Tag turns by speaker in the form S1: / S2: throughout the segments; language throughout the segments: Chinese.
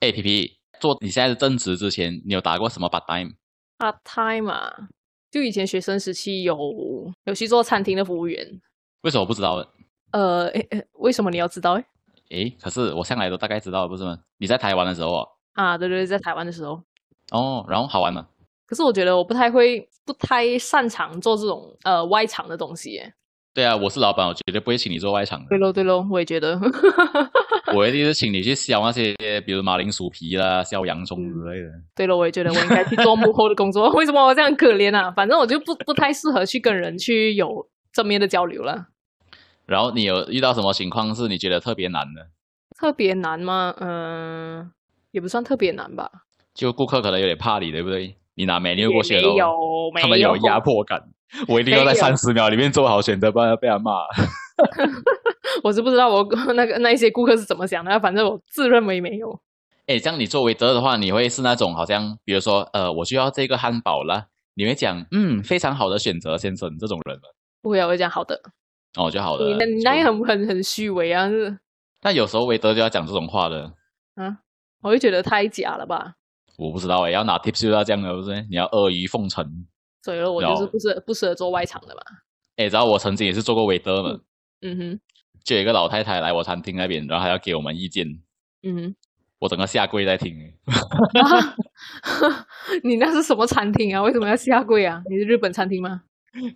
S1: A P P 做你现在的正职之前，你有打过什么 part time？
S2: part time 啊，就以前学生时期有有去做餐厅的服务员。
S1: 为什么我不知道的？
S2: 呃，诶诶为什么你要知道诶？
S1: 诶，可是我向来都大概知道，不是吗？你在台湾的时候哦，
S2: 啊，对对对，在台湾的时候，
S1: 哦，然后好玩吗？
S2: 可是我觉得我不太会，不太擅长做这种呃外场的东西耶。
S1: 对啊，我是老板，我绝对不会请你做外场的
S2: 对，喽对喽，我也觉得。
S1: 我一定是请你去削那些，比如马铃薯皮啦、削洋葱之类的。
S2: 对了，我也觉得我应该去做幕后的工作。 为什么我这样可怜啊？反正我就不不太适合去跟人去有正面的交流了。
S1: 然后你有遇到什么情况是你觉得特别难的？
S2: 特别难吗？嗯、也不算特别难吧。
S1: 就顾客可能有点怕你，对不对？你拿 menu 过去
S2: 也
S1: 了
S2: 没有
S1: 哦，，
S2: 没
S1: 他们有压迫感。我一定要在
S2: 没有
S1: 三十秒里面做好选择，不然要被他骂。
S2: 我是不知道我那个那一些顾客是怎么想的，反正我自认为没有。
S1: 哎，这样你作为德的话，你会是那种好像，比如说，呃，我就要这个汉堡啦，你会讲，嗯，非常好的选择，先生，这种人吗？
S2: 不会啊，我会讲好的。
S1: 哦，就好的。
S2: 你那你那也
S1: 就
S2: 很很很虚伪啊，是
S1: 那有时候韦德就要讲这种话的，
S2: 我会觉得太假了吧。
S1: 我不知道哎，要拿 tips 就要这样的，不是？你要阿谀奉承。
S2: 所以说我
S1: 然
S2: 就
S1: 后
S2: 是不适合不适合做外场的嘛。
S1: 哎，然后我曾经也是做过韦德嘛，
S2: 嗯哼，
S1: 就有一个老太太来我餐厅那边，然后还要给我们意见，
S2: 嗯
S1: 我整个下跪在听诶。
S2: 哼，啊 你那是什么餐厅啊？为什么要下跪啊？你是日本餐厅吗？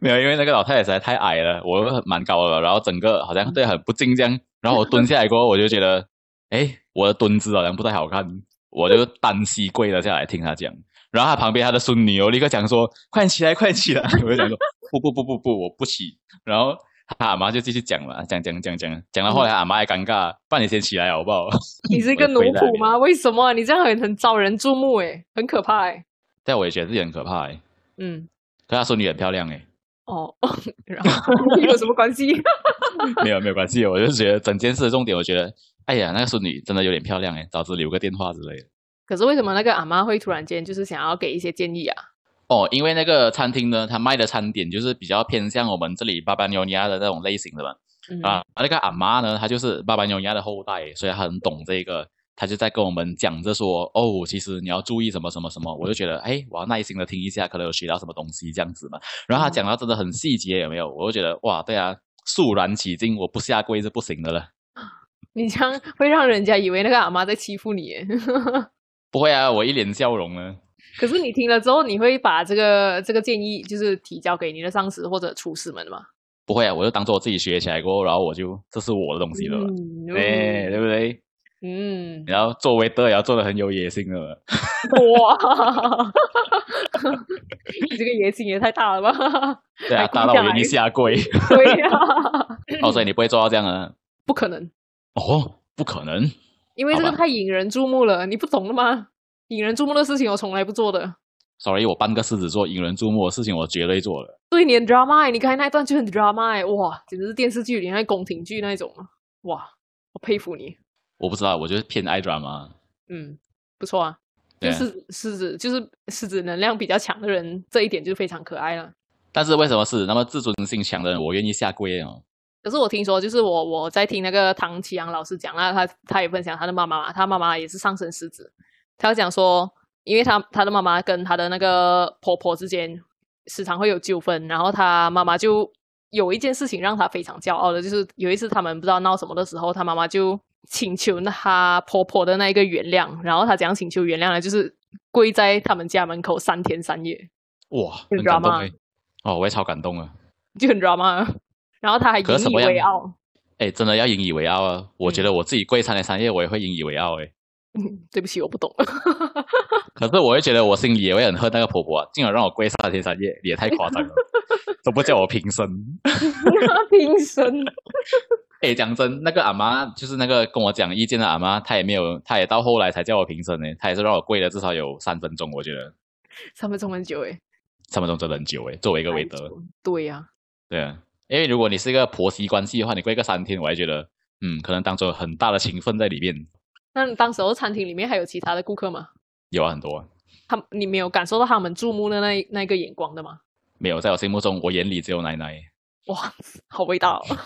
S1: 没有，因为那个老太太实在太矮了，我又很蛮高的，然后整个好像对很不敬这样。然后我蹲下来过后，我就觉得，哎，我的蹲姿好像不太好看，我就单膝跪了下来听她讲。然后她旁边她的孙女哦，立刻讲说：“快起来，快起来！”我就讲说：“不不不不不，我不起。”然后她阿妈就继续讲了，讲讲讲讲，讲到后来她阿妈也尴尬，不然你先起来好不好？
S2: 你是一个
S1: 我
S2: 奴
S1: 就跪在那
S2: 仆
S1: 边？
S2: 吗？为什么你这样很很招人注目？诶，很可怕诶。
S1: 但我也觉得自己很可怕诶。
S2: 嗯，
S1: 可她孙女很漂亮诶，
S2: 哦， 然后有什么关系？
S1: 没有没有关系，我就觉得整件事的重点，我觉得，哎呀，那个孙女真的有点漂亮诶，早知留个电话之类的。
S2: 可是为什么那个阿妈会突然间就是想要给一些建议啊？
S1: 哦，因为那个餐厅呢，它卖的餐点就是比较偏向我们这里巴巴牛尼亚的那种类型的嘛。
S2: 嗯、
S1: 啊，那个阿妈呢，她就是巴巴牛尼亚的后代，欸所以她很懂这个，她就在跟我们讲着说，哦，其实你要注意什么什么什么。我就觉得，哎，我要耐心的听一下，可能有学到什么东西这样子嘛。然后她讲到真的很细节，有没有？我就觉得，哇，对啊，肃然起敬，我不下跪是不行的了。
S2: 你这样会让人家以为那个阿妈在欺负你 耶。
S1: 不会啊，我一脸笑容呢。
S2: 可是你听了之后，你会把这个这个建议就是提交给你的上司或者厨师们吗？
S1: 不会啊，我就当做我自己学起来过后，然后我就这是我的东西了嘛，
S2: 嗯，
S1: 哎、对不对？
S2: 嗯，
S1: 然后作为德也要做的很有野心了。
S2: 哇， 你这个野心也太大了吧？
S1: 对啊，
S2: 还
S1: 大
S2: 跪
S1: 到
S2: 下
S1: 我愿意
S2: 来
S1: 下 跪。
S2: 对呀、
S1: 哦，所以你不会做到这样的？
S2: 不可能，
S1: 哦，不可能。
S2: 因为这个
S1: 好吧
S2: 太引人注目了，你不懂的吗？引人注目的事情我从来不做的。
S1: sorry，我半个狮子座引人注目的事情，我绝对做了。
S2: 对，你很 drama，、欸、你刚才那一段就很 drama，、欸、哇，简直是电视剧里那宫廷剧那一种啊！哇，我佩服你，
S1: 我不知道，我就是偏爱 drama。
S2: 嗯，不错啊。
S1: 对
S2: 就
S1: 啊
S2: 是狮子，就是狮子能量比较强的人，这一点就非常可爱了。
S1: 但是为什么是那么自尊心强的人，我愿意下跪哦？
S2: 可是我听说，就是我我在听那个唐奇阳老师讲啦，他他也分享他的妈妈嘛，他妈妈也是上升狮子，他讲说，因为他他的妈妈跟他的那个婆婆之间时常会有纠纷，然后他妈妈就有一件事情让他非常骄傲的，就是有一次他们不知道闹什么的时候，他妈妈就请求那她婆婆的那一个原谅，然后他怎样请求原谅呢？就是跪在他们家门口三天三夜。
S1: 哇，
S2: 很
S1: 很感动
S2: drama
S1: 哎。哦，我也超感动啊！
S2: 就很 drama，然 后他还引
S1: 可是什
S2: 以
S1: 么样
S2: 为哦傲。
S1: 哎，真的要引以为傲啊！我觉得我自己跪三天三夜，我也会引以为傲哎。
S2: 嗯对不起，我不懂。
S1: 可是我会觉得我心里也会很恨那个婆婆、啊，竟然让我跪三天三夜，也太夸张了，都不叫我平身。
S2: 平生
S1: 哎，讲真，那个阿妈就是那个跟我讲意见的阿妈，她也没有，她也到后来才叫我平身呢，她也是让我跪了至少有三分钟，我觉得
S2: 三分钟很久哎，
S1: 三分钟真的很久诶，作为一个韦
S2: 太
S1: 德，
S2: 久了对呀、
S1: 对啊，因为如果你是一个婆媳关系的话，你跪个三天，我还觉得，嗯，可能当中有很大的情分在里面，
S2: 那你当时候餐厅里面还有其他的顾客吗？
S1: 有啊很多啊，
S2: 他你没有感受到他们注目的那一那个眼光的吗？
S1: 没有，在我心目中，我眼里只有奶奶。
S2: 哇，好味道、哦！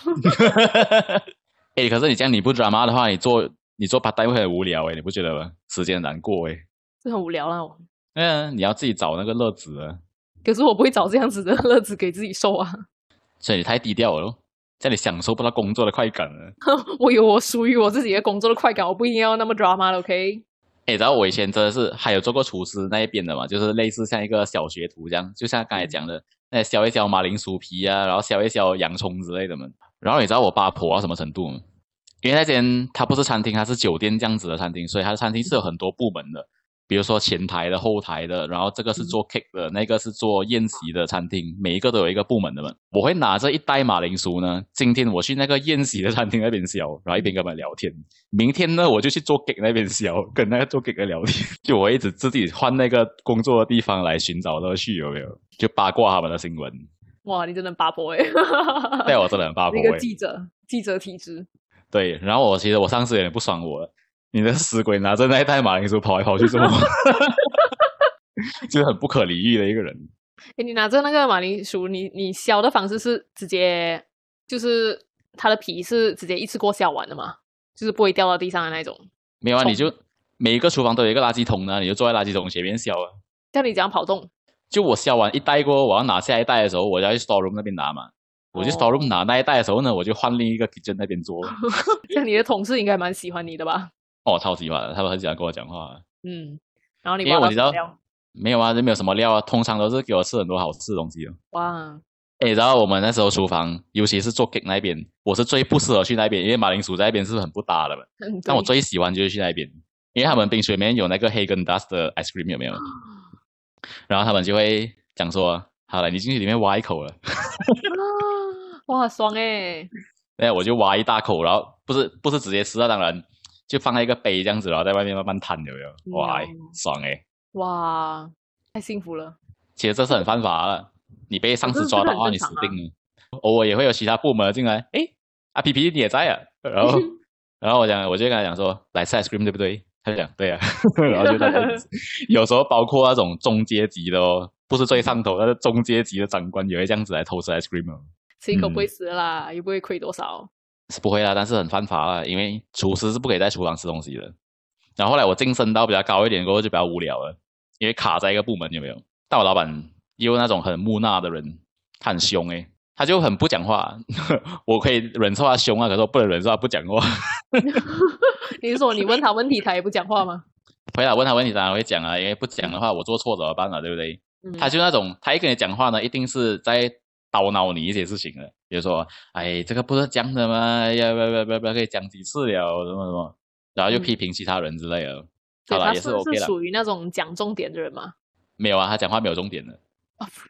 S1: 哎，可是你这样你不 drama 的话，你做你做 part time 会很无聊诶，你不觉得吗？时间很难过诶。
S2: 这很无聊啦。我
S1: 嗯，你要自己找那个乐子啊，
S2: 可是我不会找这样子的乐子给自己受啊，
S1: 所以你太低调了咯，这样你享受不到工作的快感啊了。
S2: 我有我属于我自己的工作的快感，我不一定要那么 drama 的，OK？
S1: 哎，然后我以前真的是还有做过厨师那一边的嘛，就是类似像一个小学徒这样，就像刚才讲的，那削一削马铃薯皮啊，然后削一削洋葱之类的嘛。然后你知道我爸婆到什么程度吗？因为那间它不是餐厅，它是酒店这样子的餐厅，所以它的餐厅是有很多部门的，比如说前台的、后台的，然后这个是做 cake 的，那个是做宴席的餐厅，每一个都有一个部门的嘛。我会拿着一袋马铃薯呢，今天我去那个宴席的餐厅那边削，然后一边跟他们聊天。明天呢，我就去做 gig 那边削，跟那个做 gig 的聊天。 就我一直自己换那个工作的地方来寻找乐趣，有没有？就八卦他们的新 闻。
S2: 哇，你真的很八婆哎、欸！
S1: 对我真的很八
S2: 是
S1: 婆、
S2: 一个
S1: 欸。
S2: 记者，记者体质，
S1: 对，然后我其实我上司有点不爽我了，你的死鬼拿着那一袋马铃薯跑来跑去，这么 就是很不可理喻的一个人。
S2: 诶你拿着那个马铃薯，你你削的方式是直接，就是它的皮是直接一次过削完的嘛，就是不会掉到地上的那种。
S1: 没有啊，
S2: 冲
S1: 你就每一个厨房都有一个垃圾桶呢，啊你就坐在垃圾桶前面削啊。
S2: 像你讲跑动，
S1: 就我削完一袋过后，我要拿下一袋的时候，我就要去 store room 那边拿嘛。我去
S2: 哦
S1: store room 拿那一袋的时候呢，我就换另一个 kitchen 那边做。
S2: 像你的同事应该蛮喜欢你的吧？
S1: 哦，超喜欢的，他们很喜欢跟我讲话。
S2: 嗯，然后你
S1: 因为我
S2: 挖到
S1: 知
S2: 什
S1: 道
S2: 么料
S1: 没有啊，就没有什么料啊，通常都是给我吃很多好吃的东西哦。
S2: 哇，
S1: 哎，然后我们那时候厨房，尤其是做 cake 那边，我是最不适合去那边，因为马铃薯在那边是很不搭的嘛。
S2: 嗯
S1: 但我
S2: 对
S1: 最喜欢就是去那边，因为他们冰水里面有那个 Hagen Dazs 的 ice cream 有没 有？然后他们就会讲说：“好了，你进去里面挖一口了。
S2: 啊哇爽哎、欸，”
S1: 哎，我就挖一大口，然后不是不是直接吃啊，当然就放在一个杯这样子，然后在外面慢慢摊，有没有？哇，
S2: 嗯
S1: 爽哎、
S2: 哇，太幸福了。
S1: 其实这是很犯法了，你被上司
S2: 这
S1: 抓
S2: 这个
S1: 到
S2: 很
S1: 啊，你死
S2: 正常
S1: 定了。偶尔也会有其他部门进来，诶，阿皮皮你也 在啊，然后然后我讲，我就跟他讲说，来吃 ice cream 对不对？他就讲对啊， 然后就在那边吃有时候包括那种中阶级的哦，不是最上头，但是中阶级的长官也会这样子来偷吃 ice cream 哦，
S2: 吃一口不会
S1: 嗯
S2: 死的啦，也不会亏多少。
S1: 是不会啦，但是很犯法啦，因为厨师是不可以在厨房吃东西的。然后后来我晋升到比较高一点过后就比较无聊了，因为卡在一个部门有没有？但我老板又那种很木讷的人，他很凶诶、他就很不讲话。 我可以忍受他凶啊，可是我不能忍受他不讲话。
S2: 你是说你问他问题，他也不讲话吗？
S1: 回来问他问题当然会讲啊，因为不讲的话我做错怎么办啊，对不对？
S2: 嗯
S1: 他就那种，他一跟你讲话呢，一定是在叨叨你一些事情的，比如说，哎，这个不是讲的吗？要不要不要不要不要可以讲几次了，什么什么，然后就
S2: 嗯
S1: 批评其他人之类的。
S2: 对
S1: 好
S2: 他
S1: 了，也
S2: 是
S1: OK
S2: 是
S1: 了。
S2: 属于那种讲重点的人嘛？
S1: 没有啊，他讲话没有重点的，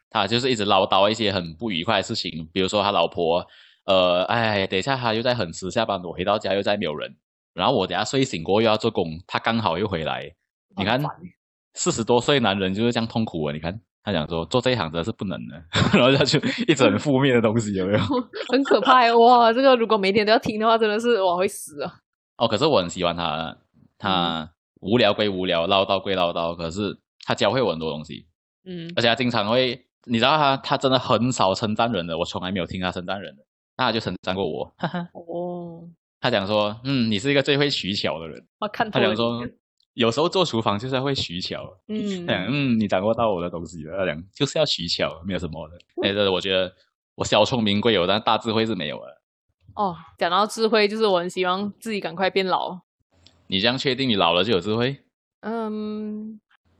S1: 他就是一直唠叨一些很不愉快的事情，比如说他老婆，呃，哎，等一下他又在很迟下班，我回到家又在没有人，然后我等一下睡醒过后又要做工，他刚好又回来，你看
S2: 好烦
S1: 四十多岁男人就是这样痛苦啊！你看他讲说做这一行真的是不能的， 然后他就一直很负面的东西有没有？
S2: 很可怕、欸、哇！这个如果每天都要听的话，真的是哇会死啊！
S1: 哦，可是我很喜欢他，他无聊归无聊，唠叨归唠叨，可是他教会我很多东西，
S2: 嗯，
S1: 而且他经常会，你知道他他真的很少称赞人的，我从来没有听他称赞人的，那他就称赞过我， 哈哈，
S2: 哦，
S1: 他讲说，嗯，你是一个最会取巧的人，
S2: 我看透
S1: 他讲
S2: 了你。
S1: 说。有时候做厨房就是要会取巧，
S2: 嗯
S1: 他讲嗯，你掌握到我的东西了。他讲就是要取巧，没有什么的。哎，这我觉得我小聪明贵有，但大智慧是没有的。
S2: 哦，讲到智慧，就是我很希望自己赶快变老。
S1: 你这样确定你老了就有智慧？
S2: 嗯，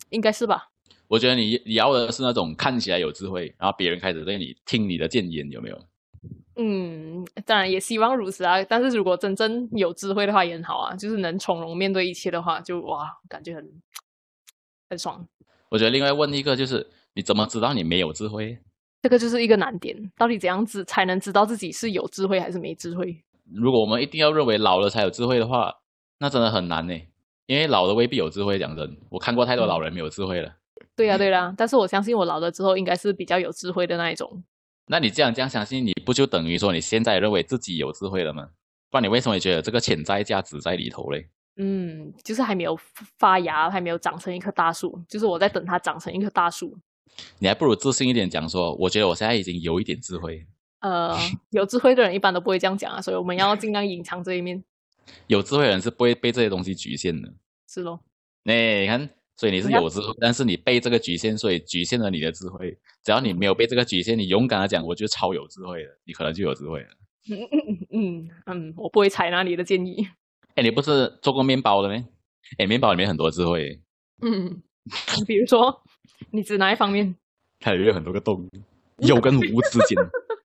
S2: 应该是吧？
S1: 我觉得你你要的是那种看起来有智慧，然后别人开始对你听你的谏言，有没有？
S2: 嗯，当然也希望如此啊。但是如果真正有智慧的话，也很好啊。就是能从容面对一切的话，就哇，感觉很很爽。
S1: 我觉得另外问一个就是，你怎么知道你没有智慧？
S2: 这个就是一个难点，到底怎样子才能知道自己是有智慧还是没智慧？
S1: 如果我们一定要认为老了才有智慧的话，那真的很难呢，因为老了未必有智慧。讲真，我看过太多老人没有智慧了。
S2: 对啊呀、对啦、但是我相信我老了之后，应该是比较有智慧的那一种。
S1: 那你这样这样相信，你不就等于说你现在认为自己有智慧了吗？不然你为什么也觉得这个潜在价值在里头嘞？
S2: 嗯，就是还没有发芽，还没有长成一棵大树，就是我在等它长成一棵大树。
S1: 你还不如自信一点讲说，我觉得我现在已经有一点智慧。
S2: 呃，有智慧的人一般都不会这样讲啊，所以我们要尽量隐藏这一面。
S1: 有智慧的人是不会被这些东西局限的。
S2: 是咯，
S1: 那、你看，所以你是
S2: 你看
S1: 有智慧，但是你被这个局限，所以局限了你的智慧。只要你没有被这个局限，你勇敢的讲，我就超有智慧了，你可能就有智慧了。
S2: 嗯嗯，我不会采纳你的建 议。
S1: 哎，你不是做过面包的吗？哎，面包里面很多智慧，
S2: 嗯，比如说你指哪一方面？
S1: 它里面有很多个洞，有跟无之间。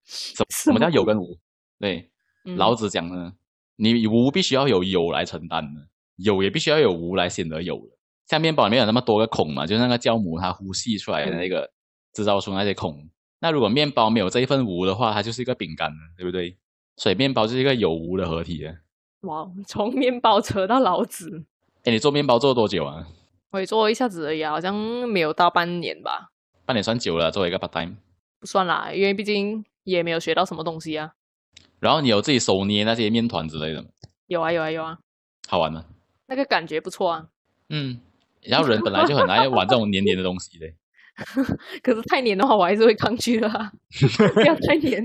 S1: 什什么叫有跟无？对，
S2: 嗯
S1: 老子讲呢，你无必须要有有来承担的，有也必须要有无来显得有的。像面包里面有那么多个孔嘛，就是那个酵母它呼吸出来的那个制造出那些孔。那如果面包没有这一份无的话，它就是一个饼干了，对不对？所以面包就是一个有无的合体啊。
S2: 哇，从面包扯到老子，
S1: 哎，你做面包做多久啊？
S2: 我也做一下子而已啊，好像没有到半年吧，
S1: 半年算久了，啊作为一个 part time。
S2: 不算啦，因为毕竟也没有学到什么东西啊。
S1: 然后你有自己手捏那些面团之类的吗，
S2: 有啊有啊有啊，
S1: 好玩吗？
S2: 那个感觉不错啊，
S1: 嗯，然后人本来就很爱玩这种黏黏的东西的。
S2: 可是太黏的话，我还是会抗拒的啊。不要太黏，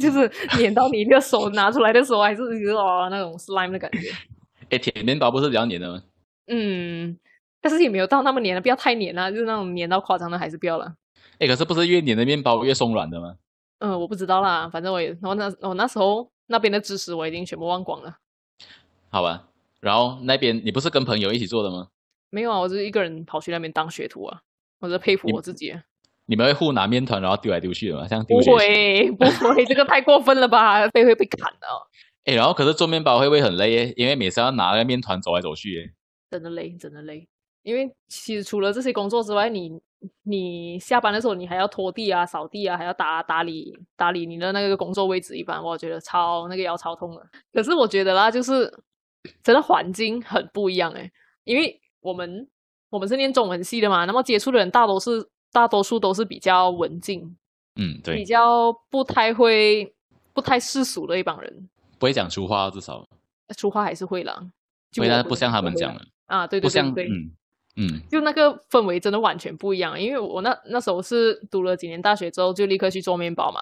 S2: 就是黏到你的手拿出来的时候，还是哦那种 slime 的感觉。
S1: 哎，甜面包不是比较黏的吗？
S2: 嗯，但是也没有到那么黏啊了，不要太黏了，就是那种黏到夸张的，还是不要了。
S1: 哎，可是不是越黏的面包越松软的吗？
S2: 嗯，我不知道啦，反正我也我那我那时候那边的知识我已经全部忘光了。
S1: 好吧，然后那边你不是跟朋友一起做的吗？
S2: 没有啊，我就是一个人跑去那边当学徒啊，我在佩服
S1: 你
S2: 我自己啊。
S1: 你们会互拿面团然后丢来丢去的吗？像丢
S2: 不
S1: 雪球。
S2: 会不会，这个太过分了吧？被会被砍的哦，
S1: 哎，然后可是做面包会不会很累耶？因为每次要拿那个面团走来走去耶。
S2: 真的累，真的累。因为其实除了这些工作之外，你你下班的时候你还要拖地啊、扫地啊，还要打打理打理你的那个工作位置，一般我觉得超那个腰超痛的。可是我觉得啦，就是真的环境很不一样诶、因为我们我们是念中文系的嘛，那么接触的人大多是大多数都是比较文静、
S1: 嗯，
S2: 比
S1: 对，
S2: 较不太会、不太世俗的一帮人，
S1: 不会讲粗话至少，
S2: 说话还是会啦，就
S1: 会
S2: 我
S1: 但
S2: 会
S1: 不像他
S2: 我
S1: 们
S2: 会
S1: 讲
S2: 啦
S1: 的，
S2: 啊，对
S1: 不
S2: 对对
S1: 像
S2: 对。
S1: 嗯嗯
S2: 就那个氛围真的完全不一样。因为我那那时候是读了几年大学之后，就立刻去做面包嘛。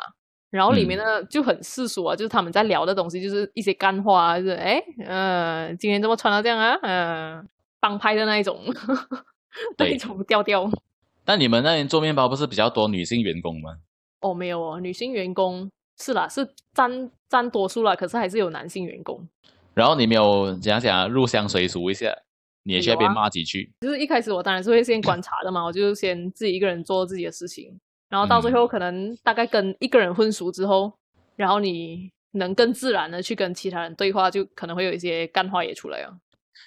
S2: 然后里面呢就很世俗啊，就是他们在聊的东西，就是一些干话、啊，就是哎，呃，今天怎么穿到这样啊？呃，帮派的那一种， 那一
S1: 对
S2: 种调调。
S1: 但你们那边做面包不是比较多女性员工吗？
S2: 哦，没有哦，女性员工是啦，是占占多数啦，可是还是有男性员工。
S1: 然后你没有讲讲入乡随俗一下，你也去那边
S2: 有啊
S1: 骂几句。
S2: 就是一开始我当然是会先观察的嘛，我就先自己一个人做自己的事情，然后到最
S1: 嗯
S2: 后可能大概跟一个人混熟之后，然后你能更自然的去跟其他人对话，就可能会有一些干话也出来啊。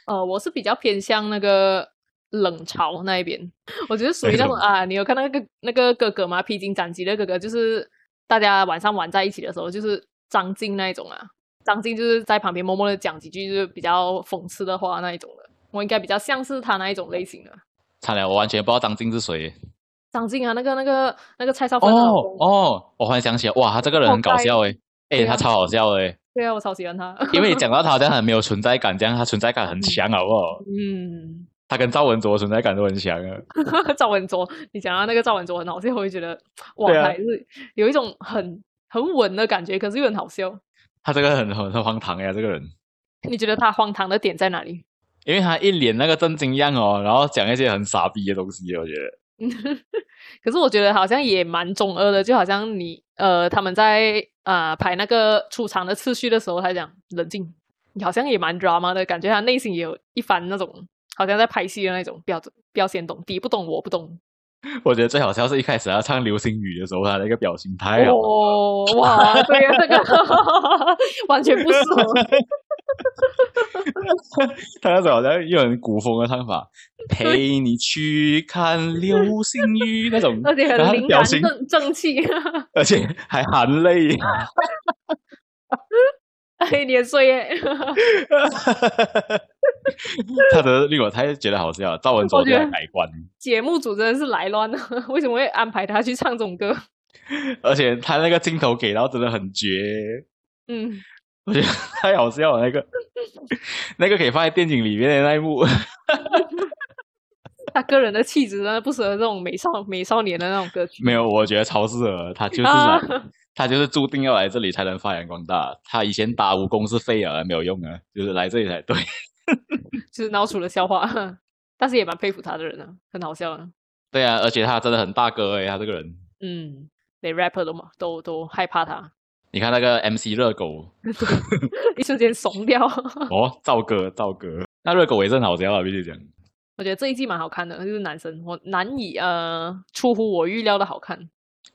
S2: 呃，我是比较偏向那个冷嘲那一边，我觉得属于那种
S1: 对
S2: 啊，你有看到那个那个哥哥吗？披荆斩棘的哥哥，就是大家晚上玩在一起的时候，就是张晋那一种啊。张晋就是在旁边默默的讲几句，就是比较讽刺的话那一种的。我应该比较像是他那一种类型的。
S1: 惨了，我完全不知道张静是谁耶。
S2: 张晋啊，那个那个那个蔡少芬的老
S1: 哦
S2: 公，
S1: 哦，我忽然想起来，哇，他这个人很搞笑诶，诶，
S2: 对啊
S1: 他超好笑诶，
S2: 对啊，我超喜欢他。
S1: 因为你讲到他好像很没有存在感，这样他存在感很强，好不好？
S2: 嗯，
S1: 他跟赵文卓存在感都很强啊。
S2: 赵文卓，你讲到那个赵文卓很好笑，我会觉得哇，
S1: 对啊
S2: 他也是有一种很很稳的感觉，可是又很好笑。
S1: 他这个很很很荒唐呀，欸这个人，
S2: 你觉得他荒唐的点在哪里？
S1: 因为他一脸那个震惊样哦，然后讲一些很傻逼的东西，我觉得。
S2: 可是我觉得好像也蛮中二的，就好像你呃，他们在呃排那个出场的次序的时候，他讲冷静，你好像也蛮 drama 的感觉，他内心也有一番那种好像在拍戏的那种，不要不要先懂，敌不懂我不懂。
S1: 我觉得最好笑是一开始他唱《流星雨》的时候，他那个表情太好了。
S2: 哦，哇，对啊，这个 完全不适合。
S1: 他那种好像又很古风的唱 法，陪你去看流星雨那种，
S2: 而且
S1: 然后
S2: 很
S1: 他
S2: 灵
S1: 表
S2: 感
S1: 情
S2: 正正气，
S1: 而且还含泪。
S2: 哎，年岁耶，
S1: 他的令我太觉得好笑了，赵文卓就来改观，
S2: 节目组真的是来乱了，为什么会安排他去唱这种歌？
S1: 而且他那个镜头给到真的很绝，
S2: 嗯，
S1: 我觉得太好笑了那 个，那个可以放在电影里面的那一幕，
S2: 他个人的气质呢，不适合这种美少美少年的那种歌曲。
S1: 没有，我觉得超适合，他就是
S2: 啊
S1: 那、他就是注定要来这里才能发扬光大。他以前打武功是废了，没有用啊，就是来这里才对。
S2: 就是闹出了笑话， 但是也蛮佩服他的人啊，很好笑啊。
S1: 对啊，而且他真的很大哥诶、欸他这个人。
S2: 嗯，连 rapper 都嘛都都害怕他，
S1: 你看那个 MC 热狗，
S2: 一瞬间怂掉。
S1: 哦，赵哥，赵哥，那热狗也是很好笑啊，必须 讲。
S2: 我觉得这一季蛮好看的，就是男生我难以呃出乎我预料的好看。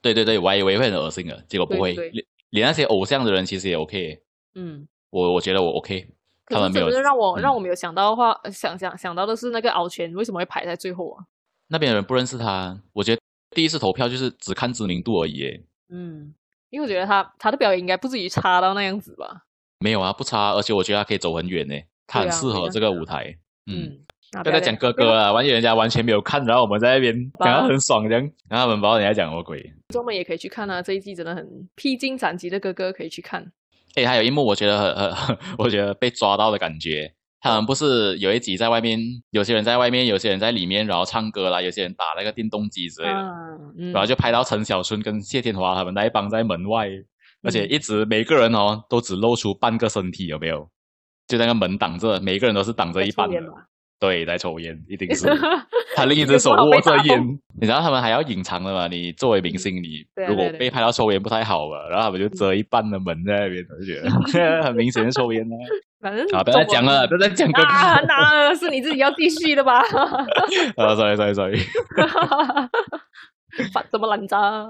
S1: 对对对，我还以为会很恶心的，结果不会。
S2: 对对
S1: 连连那些偶像的人其实也 OK，
S2: 嗯，
S1: 我我觉得我 OK。
S2: 可
S1: 他们
S2: 是
S1: 没
S2: 真
S1: 有
S2: 的让我、
S1: 嗯
S2: 让我没有想到的话，呃想想想到的是那个敖犬为什么会排在最后啊？
S1: 那边的人不认识他，我觉得第一次投票就是只看知名度而已耶。
S2: 嗯，因为我觉得他他的表演应该不至于差到那样子吧。嗯
S1: 没有啊，不差，而且我觉得他可以走很远呢，他
S2: 对
S1: 很
S2: 啊
S1: 适
S2: 没
S1: 合
S2: 办
S1: 这个舞台。嗯，
S2: 嗯，那
S1: 不要再讲 哥哥啊，万一人家完全没有看，然后我们在那边
S2: 吧
S1: 讲到很爽这样，然后他们把人家讲什么鬼？
S2: 我们也可以去看啊，这一季真的很披荆斩棘的哥哥可以去看。
S1: 哎，还有一幕我觉得很很， 我觉得被抓到的感觉。他们不是有一集在外面，有些人在外面，有些人在里面，然后唱歌啦，有些人打那个电动机之类的。
S2: 嗯嗯，
S1: 然啊后就拍到陈小春跟谢天华他们那一帮在门外，而且
S2: 嗯
S1: 一直每个人哦都只露出半个身体，有没有？就那个门挡着，每个人都是挡着
S2: 在
S1: 一
S2: 抽
S1: 半的
S2: 烟，吧
S1: 对，在抽烟，一 定是他另一只手
S2: 你不要被
S1: 握着
S2: 打
S1: 烟，你知道他们还要隐藏的嘛？你作为明星，你
S2: 对啊
S1: 如果
S2: 对啊对啊
S1: 被拍到抽烟不太好吧？然后他们就遮一半的门在那 边，我就觉得很明显是抽烟啊！
S2: 反正
S1: 啊，不要再
S2: 中国
S1: 讲了，不要再讲哥
S2: 啊，
S1: 哥，
S2: 那是你自己要继续的吧？
S1: 啊，sorry sorry sorry。
S2: 反怎么拦着啊？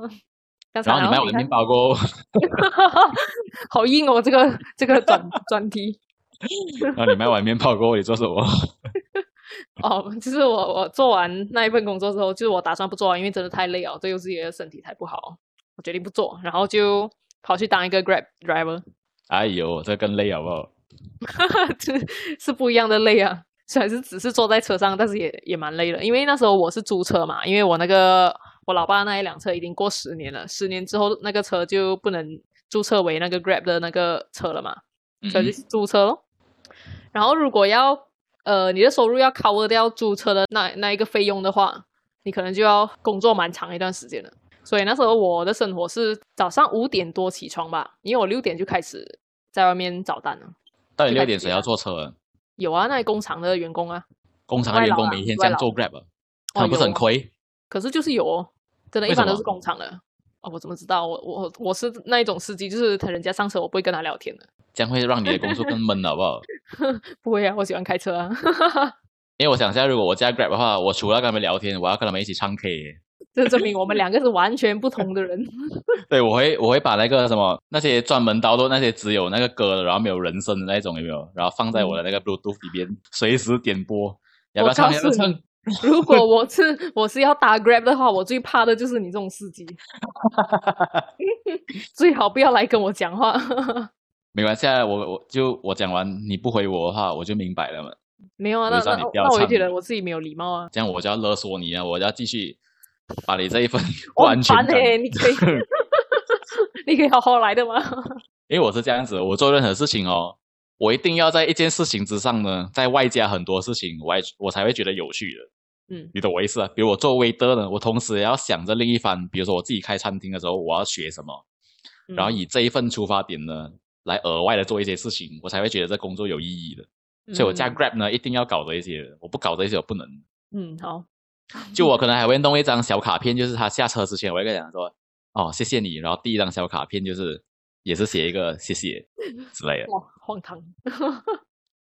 S2: 刚才
S1: 然后你卖
S2: 然
S1: 我
S2: 后
S1: 的
S2: 你
S1: 面包过后，
S2: 看 好硬哦，这个这个转转题
S1: 然后你卖完面包过后，你做什么？
S2: 哦，就是我我做完那一份工作之后，就是我打算不做了，因为真的太累哦了，对我自己的身体太不好，我决定不做，然后就跑去当一个 Grab driver，
S1: 哎呦，这更累好不好？
S2: 是是不一样的累啊。虽然是只是坐在车上，但是也也蛮累的，因为那时候我是租车嘛，因为我那个我老爸那一辆车已经过十年了，十年之后那个车就不能注册为那个 Grab 的那个车了嘛，所以就
S1: 嗯
S2: 是租车咯。然后如果要呃你的收入要 cover 掉租车的那那一个费用的话，你可能就要工作蛮长一段时间了。所以那时候我的生活是早上五点多起床吧，因为我六点就开始在外面找单了。
S1: 到底
S2: 就
S1: 六
S2: 感
S1: 点
S2: 觉
S1: 谁要坐车啊？
S2: 有啊，那里工厂的员工啊，
S1: 工厂的
S2: 外
S1: 员
S2: 劳
S1: 工
S2: 啊
S1: 每天这
S2: 外
S1: 样
S2: 劳
S1: 做 Grab，啊他们不是很
S2: 有啊
S1: 亏？
S2: 可是就是有哦，真的，
S1: 为
S2: 一般
S1: 什
S2: 都
S1: 么
S2: 是工厂的。哦，我怎么知道？我我我是那一种司机，就是他人家上车我不会跟他聊天的，
S1: 这样会让你的工作更闷，好不好？
S2: 不会啊，我喜欢开车啊。
S1: 因为我想一下，如果我加 Grab 的话，我除了跟他们聊天，我要跟他们一起唱 K 耶。
S2: 这证明我们两个是完全不同的人。
S1: 对，我会我会把那个什么那些专门导录那些只有那个歌的，然后没有人声的那种，有没有？然后放在我的那个 Bluetooth 里边，随时点播。要不要
S2: 嗯我告
S1: 唱？要不
S2: 诉
S1: 要唱
S2: 你？，如果我是我是要打 Grab 的话，我最怕的就是你这种 司机，最好不要来跟我讲话。
S1: 没关系啊，我我就我讲完你不回我的话，我就明白了嘛。
S2: 没有啊，
S1: 我
S2: 那
S1: 就知道
S2: 那
S1: 你不要
S2: 那我就
S1: 唱
S2: 觉得我自己没有礼貌啊，
S1: 这样我就要勒索你啊，我就要继续把你这一份不
S2: 我
S1: 安
S2: 很
S1: 全
S2: 烦
S1: 感。
S2: 欸，你 可以 你可以好好来的吗？
S1: 因为我是这样子，我做任何事情哦，我一定要在一件事情之上呢，再外加很多事情，我还我才会觉得有趣的。
S2: 嗯，
S1: 你懂我意思啊？比如我做 waiter 呢，我同时也要想着另一番，比如说我自己开餐厅的时候，我要学什么，
S2: 嗯
S1: 然后以这一份出发点呢，来额外的做一些事情，我才会觉得这工作有意义的。
S2: 嗯
S1: 所以我加 Grab 呢，一定要搞这一些，我不搞这一些我不能。
S2: 嗯嗯好，
S1: 就我可能还会弄一张小卡片，就是他下车之前，我会跟他讲说，哦，谢谢你。然后第一张小卡片就是也是写一个谢 谢之类的。
S2: 哇，荒唐，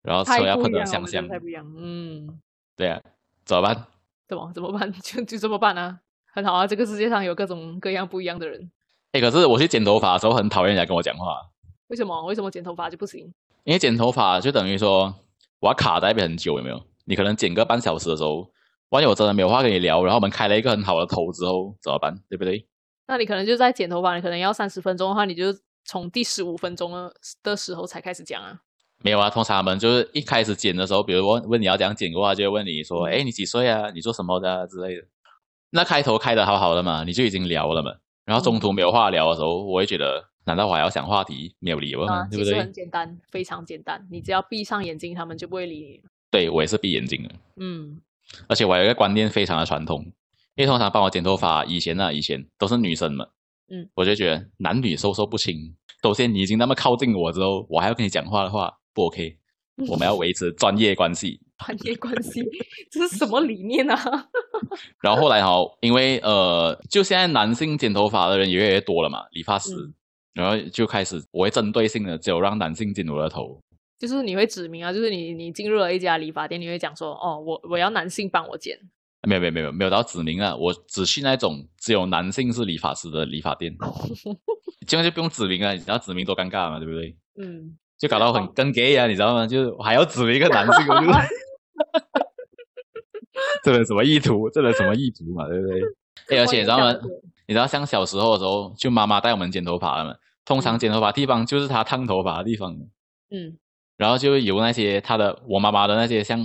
S1: 然 后
S2: 太
S1: 哦车要
S2: 不
S1: 喷
S2: 一
S1: 得
S2: 样了，
S1: 香
S2: 我真
S1: 香
S2: 的，太不一样，嗯。
S1: 对啊，怎么办？
S2: 怎么怎么办？ 就就这么办啊？很好啊，这个世界上有各种各样不一样的人。
S1: 哎，可是我去剪头发的时候很讨厌人家跟我讲话，
S2: 为什么？为什么剪头发就不行？
S1: 因为剪头发就等于说我要卡在那边很久，有没有？你可能剪个半小时的时候，万一我真的没有话跟你聊，然后我们开了一个很好的头之后怎么办？对不对？
S2: 那你可能就在剪头发，你可能要三十分钟的话，你就从第十五分钟的的时候才开始讲啊。
S1: 没有啊，通常他们就是一开始剪的时候，比如问问你要怎样剪的话，就会问你说，
S2: 嗯
S1: 哎，你几岁啊？你做什么的、啊、之类的。那开头开的好好的嘛，你就已经聊了嘛，然后中
S2: 嗯
S1: 途没有话聊的时候，我会觉得，难道我还要想话题？没有理由嘛，
S2: 啊，
S1: 对
S2: 其
S1: 不
S2: 实
S1: 对
S2: 很？简单，非常简单，你只要闭上眼睛，他们就不会理你了。
S1: 对我也是闭眼睛的。
S2: 嗯，
S1: 而啊且我有一个观念非常的传统，因为通常帮我剪头发以前呢、以前都是女生嘛，
S2: 嗯，
S1: 我就觉得男女授受不亲。首先，你已经那么靠近我之后，我还要跟你讲话的话，不 OK。我们要维持专业关系。
S2: 团结关系，这是什么理念啊？
S1: 然后后来哈，因为呃，就现在男性剪头发的人也越来越多了嘛，理发师，
S2: 嗯
S1: 然后就开始我会针对性的只有让男性剪我的头，
S2: 就是你会指明啊，就是你你进入了一家理发店，你会讲说，哦，我我要男性帮我剪，
S1: 没有没有没有没有到指明啊，我只去那种只有男性是理发师的理发店，这样就不用指明了，你知道指明多尴尬嘛，对不对？
S2: 嗯，
S1: 就搞到很更 gay 啊，你知道吗？就是我还要指明一个男性，我就这人什么意图？这人什么意图嘛，对不对？哎，而且你知道吗？你知道像小时候的时候，就妈妈带我们剪头发了嘛。通常剪头发的地方就是她烫头发的地方，
S2: 嗯，
S1: 然后就有那些她的我妈妈的那些像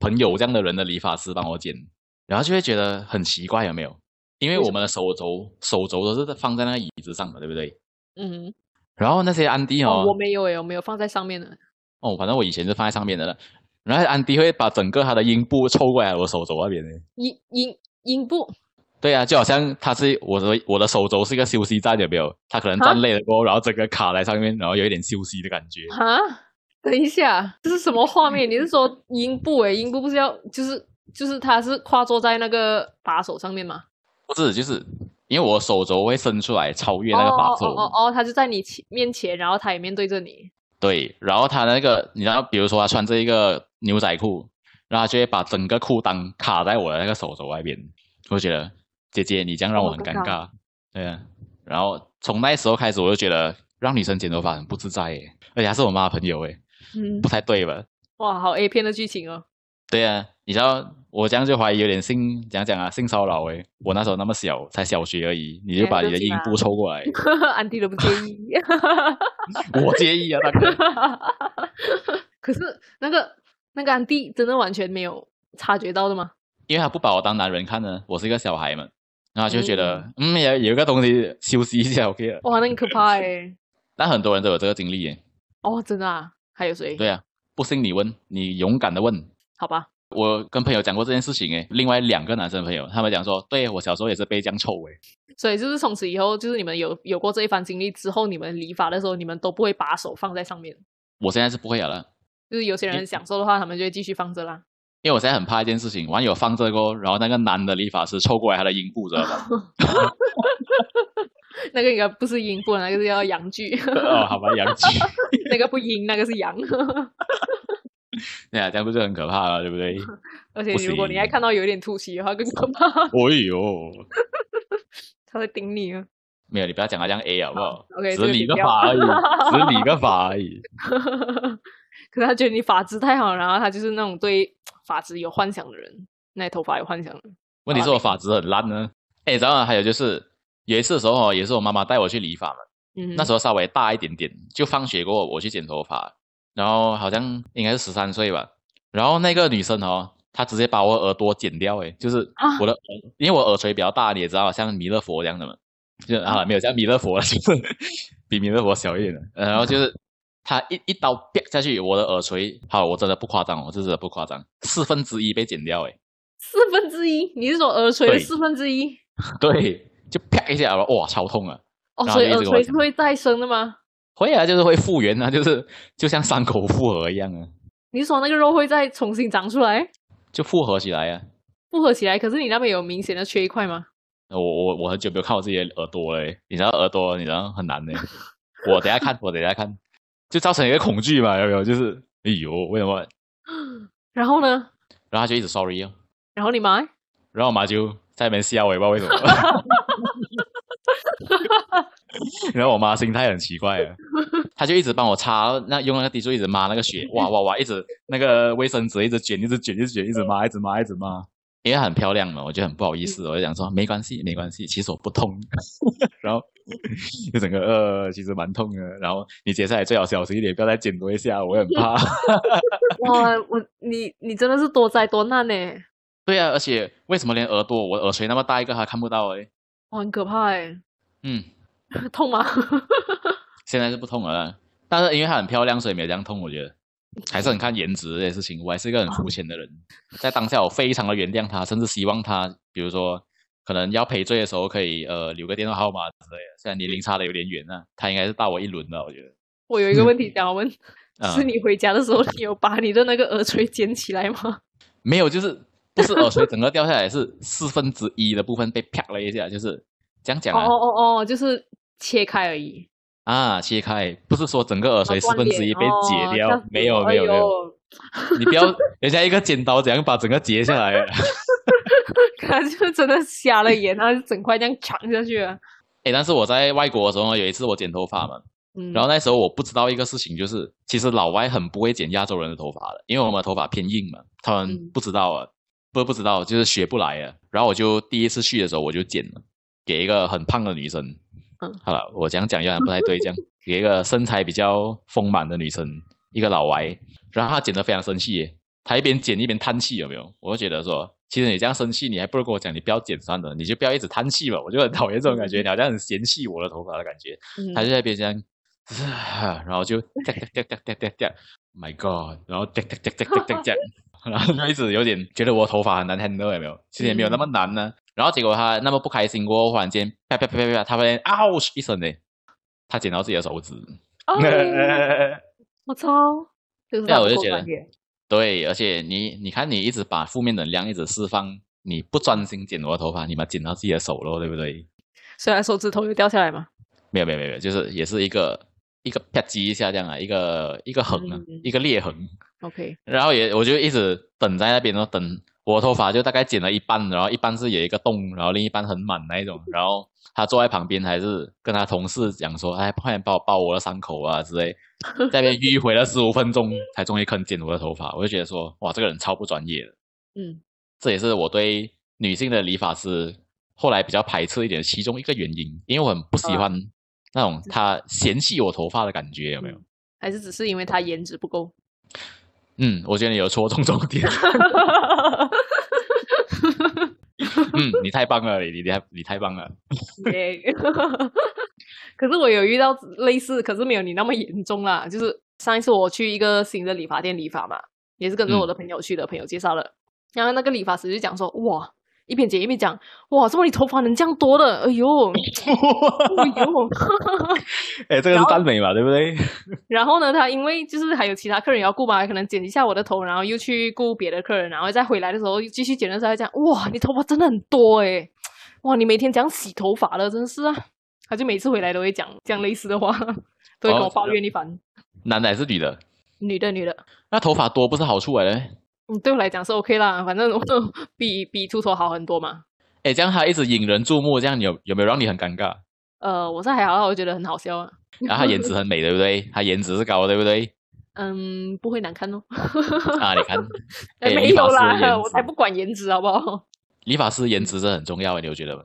S1: 朋友这样的人的理发师帮我剪，然后就会觉得很奇怪，有没有？因为
S2: 为什
S1: 我们的手肘手肘都是放在那个椅子上的，对不对？
S2: 嗯
S1: 然后那些安迪
S2: 哼，
S1: 哦
S2: 哦，我没有耶，我没有放在上面的，
S1: 哦，反正我以前是放在上面的了。然后安迪会把整个他的阴部凑过来我手肘那边的。
S2: 阴阴阴部，
S1: 对啊，就好像他是我的我的手肘是一个休息站，有没有？他可能
S2: 啊
S1: 站累了过后，然后整个卡在上面，然后有一点休息的感觉。
S2: 哈，等一下，这是什么画面？你是说阴部？诶，阴部不是要就是就是它是跨坐在那个把手上面吗？
S1: 不是，就是因为我手肘会伸出来超越那个把手，
S2: 哦哦哦哦，他就在你前面前，然后他也面对着你。
S1: 对。然后他那个，你知道，比如说他穿这一个牛仔裤，然后他就会把整个裤裆卡在我的那个手肘外边，我就觉得姐姐你这样让我很尴
S2: 哦我知
S1: 尬，对啊。然后从那时候开始，我就觉得让女生剪头发很不自在耶，而且还是我妈的朋友耶，
S2: 嗯
S1: 不，太对吧？
S2: 哇，好 A 片的剧情哦。
S1: 对啊，你知道我这样就怀疑有点性讲讲啊性骚扰诶，我那时候那么小，才小学而已，你就
S2: 哎
S1: 把你的
S2: 对不起
S1: 阴
S2: 啦
S1: 部抽 过来，
S2: 安迪都不介意。
S1: 我介意啊，大哥。
S2: 可是那个那个安迪真的完全没有察觉到的吗？
S1: 因为他不把我当男人看呢，我是一个小孩嘛，然后他就觉得嗯有有一个东西休息一下 OK 了。
S2: 哇，那很可怕哎、
S1: 但很多人都有这个经历耶，
S2: 哦，真的啊？还有谁？
S1: 对啊，不信你问，你勇敢的问。
S2: 好吧，
S1: 我跟朋友讲过这件事情诶，另外两个男生朋友，他们讲说，对我小时候也是被这样臭诶，
S2: 所以就是从此以后，就是你们有有过这一番经历之后，你们理发的时候，你们都不会把手放在上面。
S1: 我现在是不会了啦，
S2: 就是有些人
S1: 你
S2: 很享受的话，他们就会继续放着啦。
S1: 因为我现在很怕一件事情，网友放这个，然后那个男的理发师凑过来他的阴部，知道吧？
S2: 那个应该不是阴部，那个是叫阳具，
S1: 哦，好吧，洋气，
S2: 那个不阴，那个是阳。
S1: 对啊，这样不是很可怕了，对不对？
S2: 而且
S1: 不
S2: 如果你还
S1: 行
S2: 看到有一点突袭的话，更可怕，
S1: 哎呦，
S2: 他会顶你啊。
S1: 没有，你不要讲他这样 A 好不好？
S2: OK，
S1: 只是理个
S2: 这个剪
S1: 法而已，
S2: 掉
S1: 只是理个法而已。
S2: 可是他觉得你发质太好，然后他就是那种对发质有幻想的人，那头发有幻想的人。
S1: 问题是
S2: 啊
S1: 我发质很烂呢。哎，然后还有就是有一次的时候哦，也是我妈妈带我去理发嘛，
S2: 嗯，
S1: 那时候稍微大一点点，就放学过后我去剪头发，然后好像应该是十三岁吧，然后那个女生哦。她直接把我耳朵剪掉，诶，就是
S2: 啊
S1: 我的耳，因为我耳垂比较大，你也知道，像弥勒佛这样的嘛，就啊没有像弥勒佛， 就是比弥勒佛小一点的，呃然后 就是她一一刀啪下去，我的耳垂，好，我真的不夸张，哦我这真的不夸张，四分之一被剪掉，诶。
S2: 四分之一，你是说耳垂的
S1: 对
S2: 四分之一？
S1: 对，就啪一下，哇，超痛啊！
S2: 哦，
S1: 然后
S2: 所以
S1: 就一直
S2: 耳
S1: 跟我
S2: 垂是
S1: 讲
S2: 会再生的吗？
S1: 会啊，就是会复原啊，就是就像伤口复合一样啊，
S2: 你是说那个肉会再重新长出来，
S1: 就复合起来啊。
S2: 复合起来？可是你那边有明显的缺一块吗？
S1: 我我我很久没有看我自己的耳朵了欸，你知道耳朵，你知道很难的。欸我等一下看，我等一下看，就造成一个恐惧嘛，有没有？就是哎呦，为什么？
S2: 然后呢？
S1: 然后他就一直 sorry 哦，
S2: 然后你妈欸？
S1: 然后我妈就在那边笑，我也不知道为什么。然后我妈心态很奇怪啊，她就一直帮我擦，那用那个滴水一直抹那个血，哇哇哇，一直那个卫生纸一直卷，一直卷，一直卷，一直抹，一直抹，一直抹。因为她很漂亮嘛，我就很不好意思，我就讲说没关系，没关系，其实我不痛。 然后就整个呃，其实蛮痛的。然后你接下来最好小心一点，不要再剪多一下，我很怕。
S2: 哇，我你你真的是多灾多难呢，
S1: 对啊，而且为什么连耳朵，我耳垂那么大一个还看不到诶？
S2: 哇，很可怕哎，
S1: 嗯，
S2: 痛吗？
S1: 现在是不痛了啦，但是因为她很漂亮，所以没有这样痛。我觉得还是很看颜值这件事 情。我还是一个很肤浅的人，在当下我非常的原谅她，甚至希望她，比如说可能要赔罪的时候可以呃留个电话号码之类的。虽然年龄差的有点远啊，他应该是大我一轮的，我觉得。
S2: 我有一个问 题想要问，
S1: 啊
S2: 是你回家的时候，你有把你的那个耳垂捡起来吗？
S1: 没有，就是不是耳垂整个掉下来，是四分之一的部分被啪了一下，就是这样讲
S2: 哦
S1: 啊、
S2: 哦哦哦，就是切开而已。
S1: 啊，切开，不是说整个耳垂
S2: 哦
S1: 四分之一被解掉，没有没有没，
S2: 断裂
S1: 有，
S2: 哦
S1: 你不要人家一个剪刀怎样把整个截下来啊？
S2: 吓死我哎呦看就真的瞎了眼，然后整块这样抢下去了。
S1: 哎，但是我在外国的时候，有一次我剪头发嘛，
S2: 嗯，
S1: 然后那时候我不知道一个事情，就是其实老外很不会剪亚洲人的头发的，因为我们头发偏硬嘛，他
S2: 嗯
S1: 们不知道啊，不是不知道，就是学不来啊。然后我就第一次去的时候我就剪了，给一个很胖的女生。
S2: 嗯
S1: 好了，我这样讲有点不太对，这样给一个身材比较丰满的女生，一个老外，然后她剪得非常生气耶，她一边剪一边叹气，有没有？我就觉得说，其实你这样生气，你还不如跟我讲，你不要剪算了，你就不要一直叹气吧。我就很讨厌这种感觉，你好像很嫌弃我的头发的感觉。
S2: 嗯
S1: 他就在边这样，然后就哒哒哒哒哒哒哒，My，Oh God，然后哒哒哒哒哒哒 哒，然后就一直有点觉得我头发很难 handle 有没有？其实也没有那
S2: 嗯
S1: 么难呢、然后结果他那么不开心过后，忽然间啪啪啪啪啪，他发现 ouch 一声呢，他剪到自己的手指。
S2: 哦我操，就是
S1: 对啊
S2: 他
S1: 我就
S2: 不够
S1: 觉得
S2: 专业
S1: 对，而且你你看，你一直把负面能量一直释放，你不专心剪我的头发，你把剪到自己的手咯，对不对？
S2: 虽然手指头有掉下来嘛，
S1: 没有没有没有没有，就是也是一个一个啪叽一下这样啊，一个一个横啊，
S2: 嗯
S1: 一个裂痕。
S2: OK，
S1: 然后也我就一直等在那边，然后等我头发就大概剪了一半，然后一半是有一个洞，然后另一半很满那一种。然后他坐在旁边，还是跟他同事讲说：“哎，快点帮我包我的伤口啊之类。”在那边迂回了十五分钟，才终于肯剪我的头发。我就觉得说：“哇，这个人超不专业的。
S2: 嗯，”
S1: 这也是我对女性的理发师后来比较排斥一点的其中一个原因，因为我很不喜欢那种他嫌弃我头发的感觉，有没有？
S2: 还是只是因为他颜值不 够。
S1: 嗯，我觉得你有戳中重点。嗯，你太棒了，你你你太你太棒了。
S2: 耶 可是我有遇到类似，可是没有你那么严重啦。就是上一次我去一个新的理发店理发嘛，也是跟着我的朋友去的，朋友介绍的。然后那个理发师就讲说：“哇，一边剪一边讲，哇，怎么你头发能这样多的？ 哎呦，哎呦。
S1: 哎、这个是赞美嘛，对不对？
S2: 然后呢，他因为就是还有其他客人要顾嘛，可能剪一下我的头，然后又去顾别的客人，然后再回来的时候继续剪的时候，他讲：“哇，你头发真的很多哎、哇，你每天讲洗头发了，真是啊！”他就每次回来都会讲讲类似的话，都会跟我
S1: 哦
S2: 抱怨一番。
S1: 男的还是女的？
S2: 女的，女的，
S1: 那头发多不是好处哎、欸？
S2: 嗯，对我来讲是 OK 啦，反正我 比比秃头好很多嘛。
S1: 哎，这样他一直引人注目，这样有有没有让你很尴尬？
S2: 呃，我是还好啦，我觉得很好笑啊。
S1: 然后他颜值很美，对不对？他颜值是高的，对不对？
S2: 嗯，不会难看哦。，
S1: 啊，你看哎
S2: 哎 没
S1: 理
S2: 有
S1: 发师的
S2: 啦，
S1: 颜
S2: 我
S1: 值
S2: 才不管颜值好不好？
S1: 理发师颜值是很重要哎的，你有觉得吗？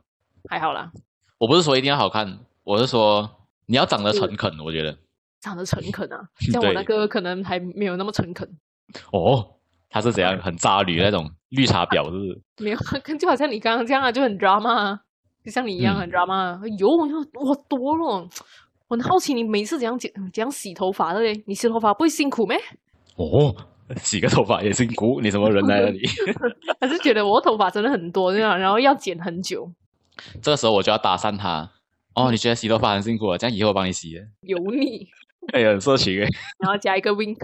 S2: 还好啦，
S1: 我不是说一定要好看，我是说你要长得诚恳，我觉得。
S2: 长得诚 恳啊，像我
S1: 对
S2: 那个可能还没有那么诚恳。
S1: 哦，他是怎样很渣女那种绿茶婊，是不是？
S2: 没有， 跟就好像你刚刚这样啊，就很 drama，啊就像你一样
S1: 嗯
S2: 很 drama 啊。哎呦，我就我多了，我很好奇你每次怎样剪、怎样洗头发的嘞？你洗头发不会辛苦咩？
S1: 哦，洗个头发也辛苦，你什么人来了你？
S2: 还是觉得我头发真的很多这样，然后要剪很久，
S1: 这个时候我就要搭讪他。哦，你觉得洗头发很辛苦啊？这样以后我帮你洗。
S2: 油腻，
S1: 哎呀，很色情哎，
S2: 然后加一个 wink。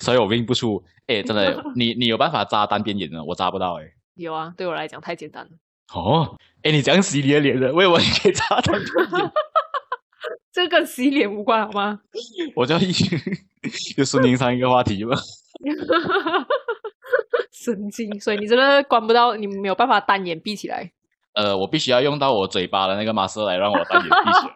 S1: 所以我并不出。哎，真的，你你有办法扎单边眼的，我扎不到哎。
S2: 有啊，对我来讲太简单了，
S1: 哦，哎，你这样洗你的脸的，为什么你可以扎单边眼？
S2: 这跟洗脸无关好吗？
S1: 我就 就孙宁上一个话题嘛。
S2: 神经，所以你真的关不到，你没有办法单眼闭起来。
S1: 呃，我必须要用到我嘴巴的那个 master 来让我单眼闭 起来，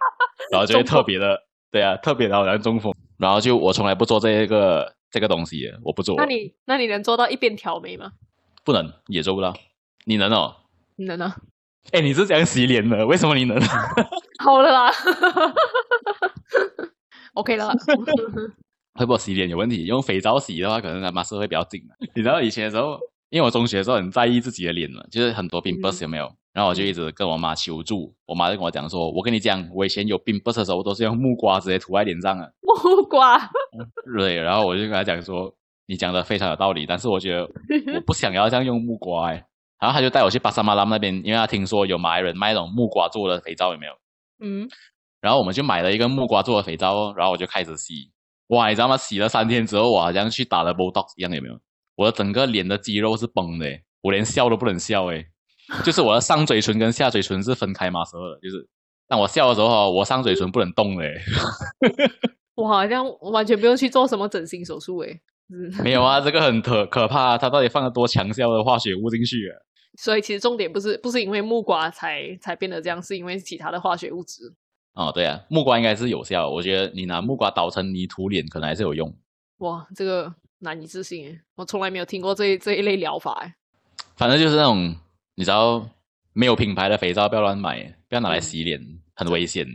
S1: 然后就会特别的，对啊，特别的好像中风。然后就我从来不做这个这个东西的，我不做，
S2: 那你那你能做到一边挑眉吗？
S1: 不能也做不到。你能哦？
S2: 你能啊？
S1: 哎，你是这样洗脸的，为什么你能？
S2: 好了啦 ，OK 了啦。
S1: 会不会洗脸有问题？用肥皂洗的话，可能他妈是会比较紧的。你知道以前的时候，因为我中学的时候很在意自己的脸嘛，就是很多 pimples 有没有？然后我就一直跟我妈求助，我妈就跟我讲说：“我跟你讲，我以前有 pimples 的时候，我都是用木瓜直接涂在脸上的。
S2: 木瓜，”
S1: 对，然后我就跟她讲说：“你讲的非常有道理，但是我觉得我不想要这样用木瓜、欸。”然后他就带我去巴沙马拉那边，因为他听说有马来人卖那种木瓜做的肥皂，有没有？
S2: 嗯，
S1: 然后我们就买了一个木瓜做的肥皂哦，然后我就开始洗。哇，你知道吗？洗了三天之后，我啊好像去打了 Botox 一样，有没有？我的整个脸的肌肉是崩的耶，我连笑都不能笑诶，就是我的上嘴唇跟下嘴唇是分开嘛，舌的，就是当我笑的时候哦，我上嘴唇不能动嘞。
S2: 我好像完全不用去做什么整形手术诶。嗯，
S1: 没有啊，这个很可可怕、它到底放了多强效的化学物进去、啊？
S2: 所以其实重点不是不是因为木瓜才才变得这样，是因为其他的化学物质。
S1: 哦，对啊，木瓜应该是有效的，我觉得你拿木瓜捣成泥涂脸可能还是有用。
S2: 哇，这个难以置信诶，我从来没有听过这一这一类疗法欸诶。
S1: 反正就是那种你知道没有品牌的肥皂不要乱买，不要拿来洗脸，很危险。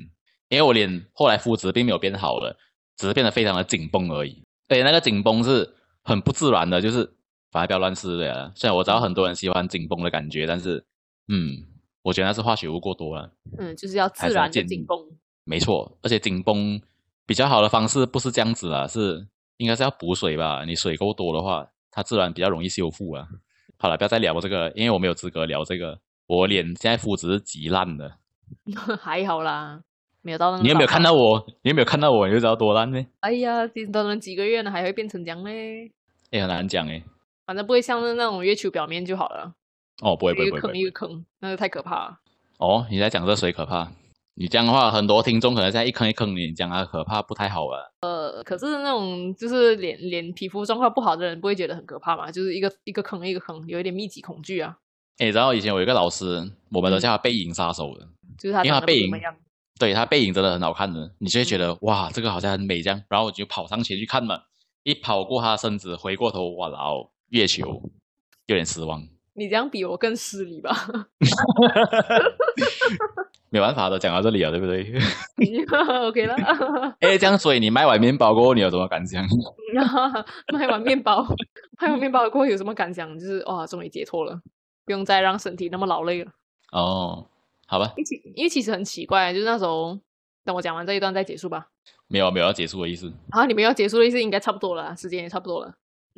S1: 因为我脸后来肤质并没有变好了，只是变得非常的紧绷而已。而且那个紧绷是很不自然的，就是反正不要乱试对啊。虽然我知道很多人喜欢紧绷的感觉，但是嗯，我觉得那是化学物过多了。
S2: 嗯，就是要
S1: 还
S2: 自
S1: 是要
S2: 然的
S1: 建
S2: 紧
S1: 立
S2: 绷。
S1: 没错，而且紧绷比较好的方式不是这样子啦，是应该是要补水吧？你水够多的话，它自然比较容易修复啊。好了，不要再聊这个，因为我没有资格聊这个。我脸现在肤质是极烂的，
S2: 还好啦，没有到那个。
S1: 你有没有看到？我？你有没有看到我？你就知道多烂呢？
S2: 哎呀，顶多能几个月呢，还会变成这样嘞？
S1: 哎，很难讲哎。
S2: 反正不会像是那种月球表面就好了，
S1: 哦，不会不
S2: 一
S1: 会
S2: 个
S1: 不
S2: 坑
S1: 会。
S2: 一个坑，那个太可怕了。
S1: 哦，你在讲这谁可怕？你这样的话，很多听众可能现在一坑一坑你讲他可怕，不太好啊了。
S2: 呃，可是那种就是脸脸皮肤状况不好的人，不会觉得很可怕嘛？就是一个一个坑一个坑，有一点密集恐惧啊。
S1: 哎，然后以前有一个老师，我们都
S2: 嗯
S1: 叫他背影杀手的。
S2: 就是他
S1: 因为
S2: 长
S1: 他
S2: 得
S1: 背
S2: 不怎
S1: 影
S2: 么样，嗯
S1: 对它背影真的很好看的，你就会觉得、哇，这个好像很美这样。然后我就跑上前去看嘛，一跑过他的身子，回过头，哇哦，月球，有点失 望。
S2: 你这样比我更失礼吧？
S1: 没办法的，讲到这里了，对不对？
S2: OK 啦，
S1: 哎，这样，所以你卖完面包过后，你有什么感想？
S2: 卖完面包，卖完面包过后有什么感想？就是哇，终于解脱了，不用再让身体那么劳累了。
S1: 哦，好吧，
S2: 因为其因为其实很奇怪，就是那时候，等我讲完这一段再结束吧。
S1: 没有啊没有要结束的意思，
S2: 啊，你们要结束的意思应该差不多了啊，时间也差不多了，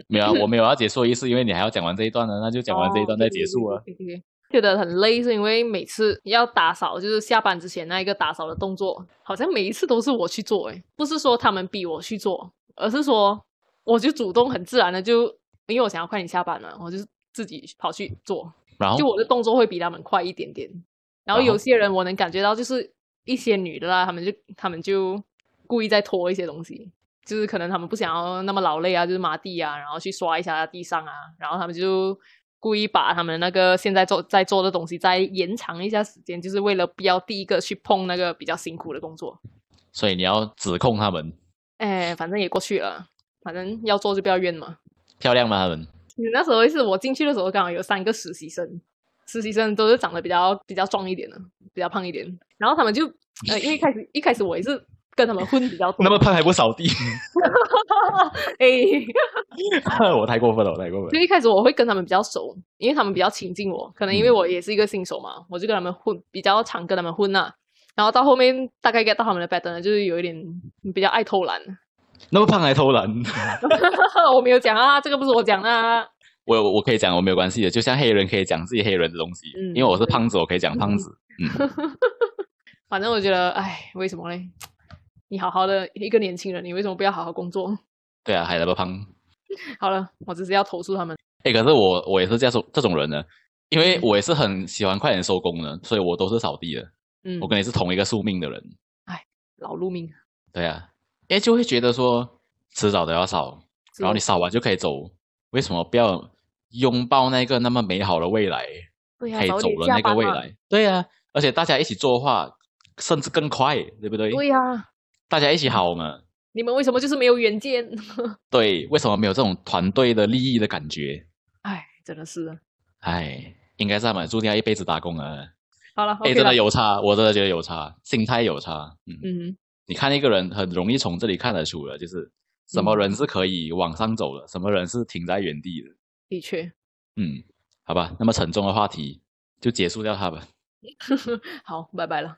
S1: 没有啊，我没有要结束的意思，因为你还要讲完这一段呢，那就讲完这一段再
S2: 哦对
S1: 结束啊。
S2: 对对对对对觉得很累，是因为每次要打扫，就是下班之前那一个打扫的动作，好像每一次都是我去做，诶，不是说他们逼我去做，而是说我就主动很自然的就，因为我想要快点下班嘛，我就自己跑去做，
S1: 然后
S2: 就我的动作会比他们快一点点。然后
S1: 哦然后
S2: 有些人我能感觉到，就是一些女的啦，她们就她们就故意在拖一些东西，就是可能她们不想要那么劳累啊，就是抹地啊，然后去刷一下地上啊，然后她们就故意把她们那个现在做在做的东西再延长一下时间，就是为了不要第一个去碰那个比较辛苦的工作。
S1: 所以你要指控他们
S2: 哎，反正也过去了，反正要做就不要怨嘛。
S1: 漂亮吗？他们
S2: 你那时候是我进去的时候，刚好有三个实习生，实习生都是长得比较比较壮一点的，比较胖一点。然后他们就呃，因为一开始一开始我也是跟他们混比较多，
S1: 那 么胖还不扫地，
S2: 哎，
S1: 我太过分了，我太过分了。
S2: 就一开始我会跟他们比较熟，因为他们比较亲近我，可能
S1: 嗯
S2: 因为我也是一个新手嘛，我就跟他们混，比较常跟他们混啊。然后到后面大概 get 到他们的 pattern，了就是有一点比较爱偷懒。
S1: 那么胖还偷懒。
S2: 我没有讲啊，这个不是我讲啊。
S1: 我我我可以讲，我没有关系的。就像黑人可以讲自己黑人的东西，
S2: 嗯
S1: 因为我是胖子，我可以讲胖子。嗯，
S2: 反正我觉得，哎，为什么嘞？你好好的一个年轻人，你为什么不要好好工作？
S1: 对啊，还那么胖。
S2: 好了，我只是要投诉他们。
S1: 哎，可是我我也是这种这种人呢，因为我也是很喜欢快点收工的，所以我都是扫地的。
S2: 嗯，
S1: 我跟你是同一个宿命的人。
S2: 老路命。
S1: 对啊，因为就会觉得说迟早都要扫，然后你扫完就可以走，为什么不要拥抱那个那么美好的未来？
S2: 对呀、
S1: 可以
S2: 早
S1: 走
S2: 点
S1: 了
S2: 下
S1: 那
S2: 班
S1: 个未
S2: 嘛。
S1: 来。对啊，而且大家一起做的话，甚至更快，对不对？
S2: 对呀、
S1: 大家一起好嘛。
S2: 你们为什么就是没有远见？
S1: 对，为什么没有这种团队的利益的感觉？
S2: 哎，真的是的。
S1: 哎，应该是他们注定要一辈子打工啊！
S2: 好了
S1: 哎、
S2: ，OK
S1: 真
S2: 了
S1: 的。有差，我真的觉得有差，心态有差。嗯，
S2: 嗯哼，
S1: 你看一个人，很容易从这里看得出了，就是什么人是可以往上走的，什么人是停在原地的。
S2: 的确。
S1: 嗯，好吧，那么沉重的话题就结束掉它吧。
S2: 好，拜拜了。